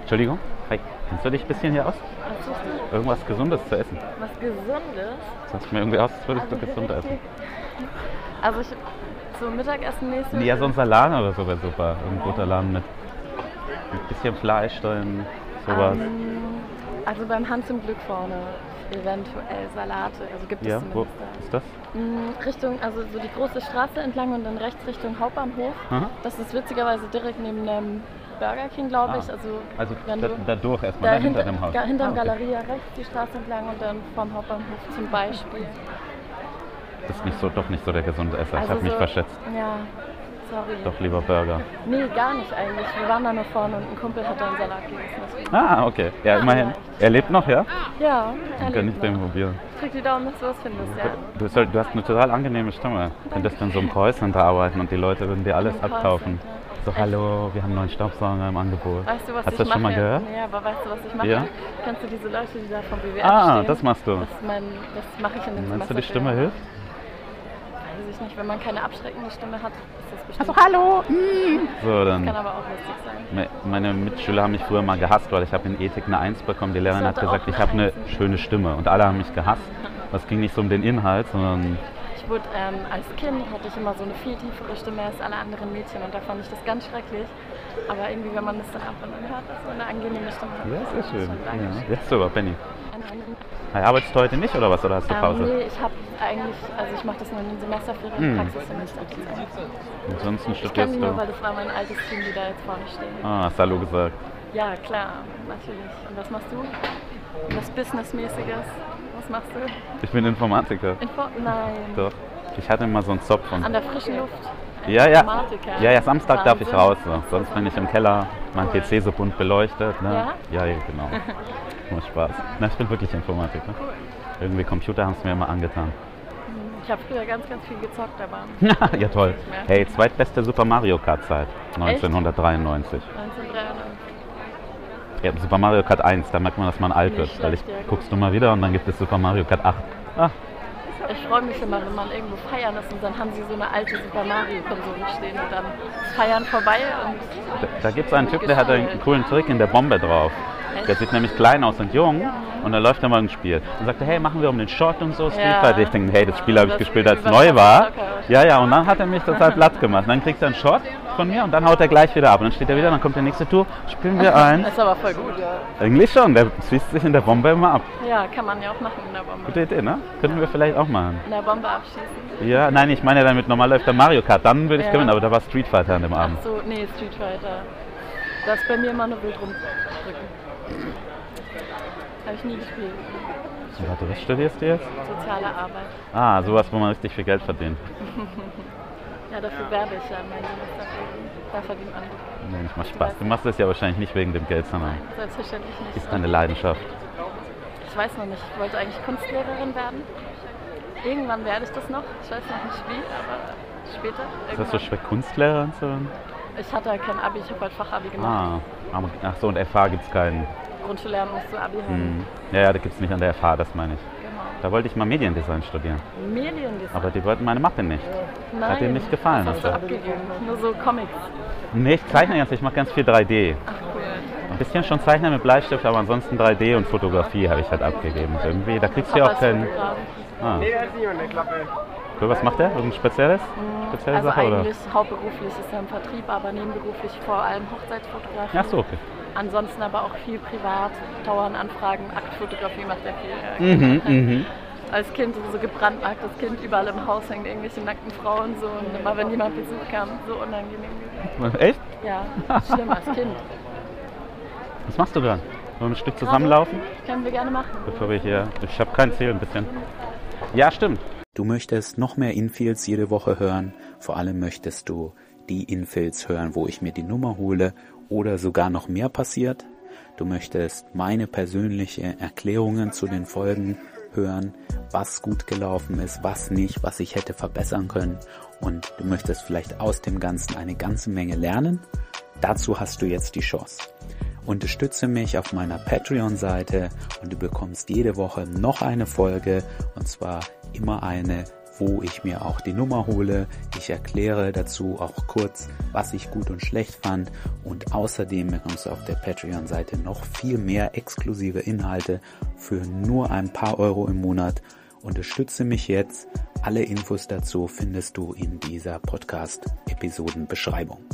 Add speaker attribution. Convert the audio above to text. Speaker 1: Entschuldigung, hi. Kennst du dich ein bisschen hier aus?
Speaker 2: Was suchst du?
Speaker 1: Irgendwas Gesundes zu essen.
Speaker 2: Was Gesundes?
Speaker 1: Das sieht mir irgendwie aus, als würdest du
Speaker 2: Also
Speaker 1: gesund essen. also
Speaker 2: richtig- Also ich, so Mittagessen nächstes
Speaker 1: Ja, so ein Salat oder so wäre super. Ein Butterladen mit ein bisschen Fleisch drin, sowas.
Speaker 2: Ähm, Also beim Hans im Glück vorne eventuell Salate. Also gibt es
Speaker 1: ja, wo
Speaker 2: zumindest
Speaker 1: ist das?
Speaker 2: da. Mm, Richtung, also so die große Straße entlang und dann rechts Richtung Hauptbahnhof.
Speaker 1: Aha.
Speaker 2: Das ist witzigerweise direkt neben dem Burger King, glaube
Speaker 1: Ah.
Speaker 2: ich. Also
Speaker 1: Also
Speaker 2: Wenn
Speaker 1: da,
Speaker 2: du-
Speaker 1: dadurch erstmal,
Speaker 2: da
Speaker 1: da hinter dem Haus.
Speaker 2: ga- hinterm
Speaker 1: Ah, okay.
Speaker 2: Galeria rechts die Straße entlang und dann vom Hauptbahnhof zum Beispiel.
Speaker 1: Das ist nicht so, doch nicht so der gesunde Esser. ich
Speaker 2: Also
Speaker 1: habe mich
Speaker 2: so-
Speaker 1: verschätzt.
Speaker 2: Ja, sorry.
Speaker 1: Doch lieber Burger.
Speaker 2: Nee, gar nicht eigentlich. Wir waren da nur vorne und ein Kumpel hat da einen Salat gegessen. deswegen-
Speaker 1: Ah, okay. Ja, immerhin.
Speaker 2: vielleicht.
Speaker 1: Er lebt noch, ja?
Speaker 2: Ja,
Speaker 1: Dann kann Ah. ich den probieren.
Speaker 2: Drück die Daumen, dass du was findest, ja.
Speaker 1: Du, soll, du hast eine total angenehme Stimme. Du könntest in so einem Callcenter arbeiten und die Leute würden dir alles
Speaker 2: Im
Speaker 1: abkaufen.
Speaker 2: Callcenter.
Speaker 1: So, hallo, wir haben einen neuen Staubsauger im Angebot.
Speaker 2: Weißt du, was
Speaker 1: hast
Speaker 2: ich
Speaker 1: du das schon mal
Speaker 2: mache?
Speaker 1: gehört?
Speaker 2: Nee, aber weißt du, was ich mache?
Speaker 1: Ja.
Speaker 2: Kennst du diese Leute, die da vom BWF
Speaker 1: Ah,
Speaker 2: stehen?
Speaker 1: das machst du.
Speaker 2: Das, ist mein, das mache ich in den
Speaker 1: Meinst du, die
Speaker 2: Semesterferien.
Speaker 1: Stimme hilft?
Speaker 2: Weiß ich nicht. Wenn man keine abschreckende Stimme hat, ist das bestimmt...
Speaker 1: Also, hallo! Hm. So, dann.
Speaker 2: Kann aber auch lustig sein.
Speaker 1: Me- Meine Mitschüler haben mich früher mal gehasst, weil ich habe in Ethik eine Eins bekommen. Die Lehrerin
Speaker 2: Ich
Speaker 1: hat
Speaker 2: hatte
Speaker 1: gesagt,
Speaker 2: auch
Speaker 1: ich
Speaker 2: eine
Speaker 1: habe eine
Speaker 2: Eins.
Speaker 1: schöne Stimme. Und alle haben mich gehasst. Das ging nicht so um den Inhalt, sondern
Speaker 2: Ich wurde ähm, als Kind, hatte ich immer so eine viel tiefere Stimme als alle anderen Mädchen und da fand ich das ganz schrecklich. Aber irgendwie, wenn man das dann ab und an hört, dass man eine angenehme Stimme hat.
Speaker 1: Ja, sehr schön.
Speaker 2: Schon
Speaker 1: Ja,
Speaker 2: Dankeschön.
Speaker 1: ja super, Penny.
Speaker 2: Ein-
Speaker 1: Hey, arbeitest du heute nicht oder was? Oder hast du
Speaker 2: Ähm,
Speaker 1: Pause?
Speaker 2: nee, ich habe eigentlich, also ich mache das nur in den Semesterferien,
Speaker 1: Hm.
Speaker 2: Praxissemester.
Speaker 1: Ansonsten
Speaker 2: Ich kenne die
Speaker 1: studierst
Speaker 2: nur, weil
Speaker 1: du.
Speaker 2: das war mein altes Team, die da jetzt vorne stehen.
Speaker 1: Ah, hast du Hallo gesagt.
Speaker 2: Ja, klar, natürlich. Und was machst du? Was Businessmäßiges? Was machst du?
Speaker 1: Ich bin Informatiker.
Speaker 2: Info Nein.
Speaker 1: Doch. Ich hatte immer so einen Zopf von.
Speaker 2: An der frischen Luft. Ein
Speaker 1: Ja, ja.
Speaker 2: Informatiker.
Speaker 1: Ja, ja, Samstag darf ich
Speaker 2: Wahnsinn.
Speaker 1: raus. So. Sonst bin ich im Keller, mein
Speaker 2: Cool.
Speaker 1: PC so bunt beleuchtet. Ne? Ja? ja, genau. Muss Spaß. Na, ich bin wirklich Informatiker.
Speaker 2: Cool.
Speaker 1: Irgendwie Computer haben es mir immer angetan.
Speaker 2: Ich habe früher ganz, ganz viel gezockt, aber
Speaker 1: ja, toll. Hey, zweitbeste Super Mario Kart Zeit. 1993.
Speaker 2: 1993.
Speaker 1: Ja, Super Mario Kart 1, da merkt man, dass man alt
Speaker 2: Nicht
Speaker 1: wird. Weil ich
Speaker 2: schlecht, ja.
Speaker 1: guckst du mal wieder und dann gibt es Super Mario Kart 8. Ah,
Speaker 2: Ich freue mich immer, wenn man irgendwo feiern ist und dann haben sie so eine alte Super Mario-Konsole stehen und dann ist Feiern vorbei und
Speaker 1: da da gibt es einen Typ, der hat einen coolen Trick in der Bombe drauf. Der sieht nämlich klein aus und jung und dann läuft er mal ein Spiel. Und sagt, er, hey, machen wir um den Short und so Street
Speaker 2: Ja.
Speaker 1: Fighter. Ich denke, hey, das Spiel habe ich
Speaker 2: Das
Speaker 1: gespielt,
Speaker 2: Spiel
Speaker 1: als es
Speaker 2: überrascht
Speaker 1: neu war.
Speaker 2: mich locker.
Speaker 1: Ja, ja, und dann hat er mich total platt gemacht. Und dann kriegt er einen Short von mir und dann haut er gleich wieder ab. Und dann steht er wieder, dann kommt der nächste Tour, spielen wir eins.
Speaker 2: Das ist aber voll gut.
Speaker 1: Eigentlich schon, der schießt sich in der Bombe immer ab.
Speaker 2: Ja, kann man ja auch machen in der Bombe.
Speaker 1: Gute Idee, ne? Könnten wir vielleicht auch machen.
Speaker 2: In der Bombe abschießen.
Speaker 1: Ja, nein, ich meine damit normal läuft der Mario Kart, dann würde ich
Speaker 2: Ja.
Speaker 1: gewinnen, aber da war Street Fighter an dem Abend.
Speaker 2: Ach so, nee, Street Fighter. Da ist bei mir immer nur wild rumdrücken. Habe ich nie gespielt.
Speaker 1: Warte, was studierst du jetzt?
Speaker 2: Soziale Arbeit.
Speaker 1: Ah, sowas, wo man richtig viel Geld verdient.
Speaker 2: Ja, dafür werbe ich ja in meinem Semesterferien. Da verdient man gut.
Speaker 1: Nee, ich mach Spaß. Du machst das ja wahrscheinlich nicht wegen dem Geld, sondern
Speaker 2: Selbstverständlich nicht.
Speaker 1: ist deine Leidenschaft.
Speaker 2: Ich weiß noch nicht, ich wollte eigentlich Kunstlehrerin werden. Irgendwann werde ich das noch. Ich weiß noch nicht wie, aber später.
Speaker 1: Ist das so
Speaker 2: irgendwann.
Speaker 1: schwer, Kunstlehrerin zu werden?
Speaker 2: ich hatte ja kein Abi, ich habe halt Fachabi gemacht.
Speaker 1: Ah, aber- ach so, und FH gibt's keinen.
Speaker 2: Grundschullehrer musst du Abi haben.
Speaker 1: Ah. Hm. Ja, ja, da gibt's nicht an der FH, das meine ich.
Speaker 2: Genau.
Speaker 1: Da wollte ich mal Mediendesign studieren,
Speaker 2: Mediendesign.
Speaker 1: aber die wollten meine Mappe nicht.
Speaker 2: Nein.
Speaker 1: dir nicht gefallen,
Speaker 2: Das hast du
Speaker 1: oder?
Speaker 2: abgegeben. Nur so Comics.
Speaker 1: Nee, ich zeichne ganz, ich mache ganz viel 3D.
Speaker 2: Ach cool.
Speaker 1: Ein bisschen schon Zeichnen mit Bleistift, aber ansonsten 3D und Fotografie habe ich halt abgegeben. Und irgendwie, da kriegst du ja
Speaker 2: Papa
Speaker 1: auch
Speaker 2: ist
Speaker 1: keinen...
Speaker 2: Fotograf.
Speaker 1: Ah.
Speaker 3: Nee, der hat nicht eine Klappe.
Speaker 1: Cool, was macht er? Irgendein spezielles? Spezielle
Speaker 2: Also
Speaker 1: Sache oder?
Speaker 2: eigentlich hauptberuflich ist er im Vertrieb, aber nebenberuflich vor allem Hochzeitsfotografie.
Speaker 1: Ach so, okay.
Speaker 2: Ansonsten aber auch viel privat, Dauernanfragen, Aktfotografie macht er viel. Ja,
Speaker 1: Mhm, mhm.
Speaker 2: als Kind so gebrandmarktes Kind, überall im Haus hängen irgendwelche nackten Frauen so und immer wenn jemand Besuch kam, so unangenehm.
Speaker 1: Echt?
Speaker 2: Ja, schlimm als Kind.
Speaker 1: Was machst du dann? Wollen wir ein Stück zusammenlaufen?
Speaker 2: Können wir gerne machen.
Speaker 1: Bevor wir hier. Ich habe kein Ziel, ein bisschen. Ja, stimmt.
Speaker 4: Du möchtest noch mehr Infills jede Woche hören. Vor allem möchtest du die Infills hören, wo ich mir die Nummer hole oder sogar noch mehr passiert. Du möchtest meine persönliche Erklärungen zu den Folgen hören, was gut gelaufen ist, was nicht, was ich hätte verbessern können. Und du möchtest vielleicht aus dem Ganzen eine ganze Menge lernen. Dazu hast du jetzt die Chance. Unterstütze mich auf meiner Patreon-Seite und du bekommst jede Woche noch eine Folge und zwar immer eine
Speaker 1: wo ich mir auch die Nummer hole. Ich erkläre dazu auch kurz, was ich gut und schlecht fand. Und außerdem bekommst du auf der Patreon-Seite noch viel mehr exklusive Inhalte für nur ein paar Euro im Monat. Unterstütze mich jetzt. Alle Infos dazu findest du in dieser Podcast-Episodenbeschreibung.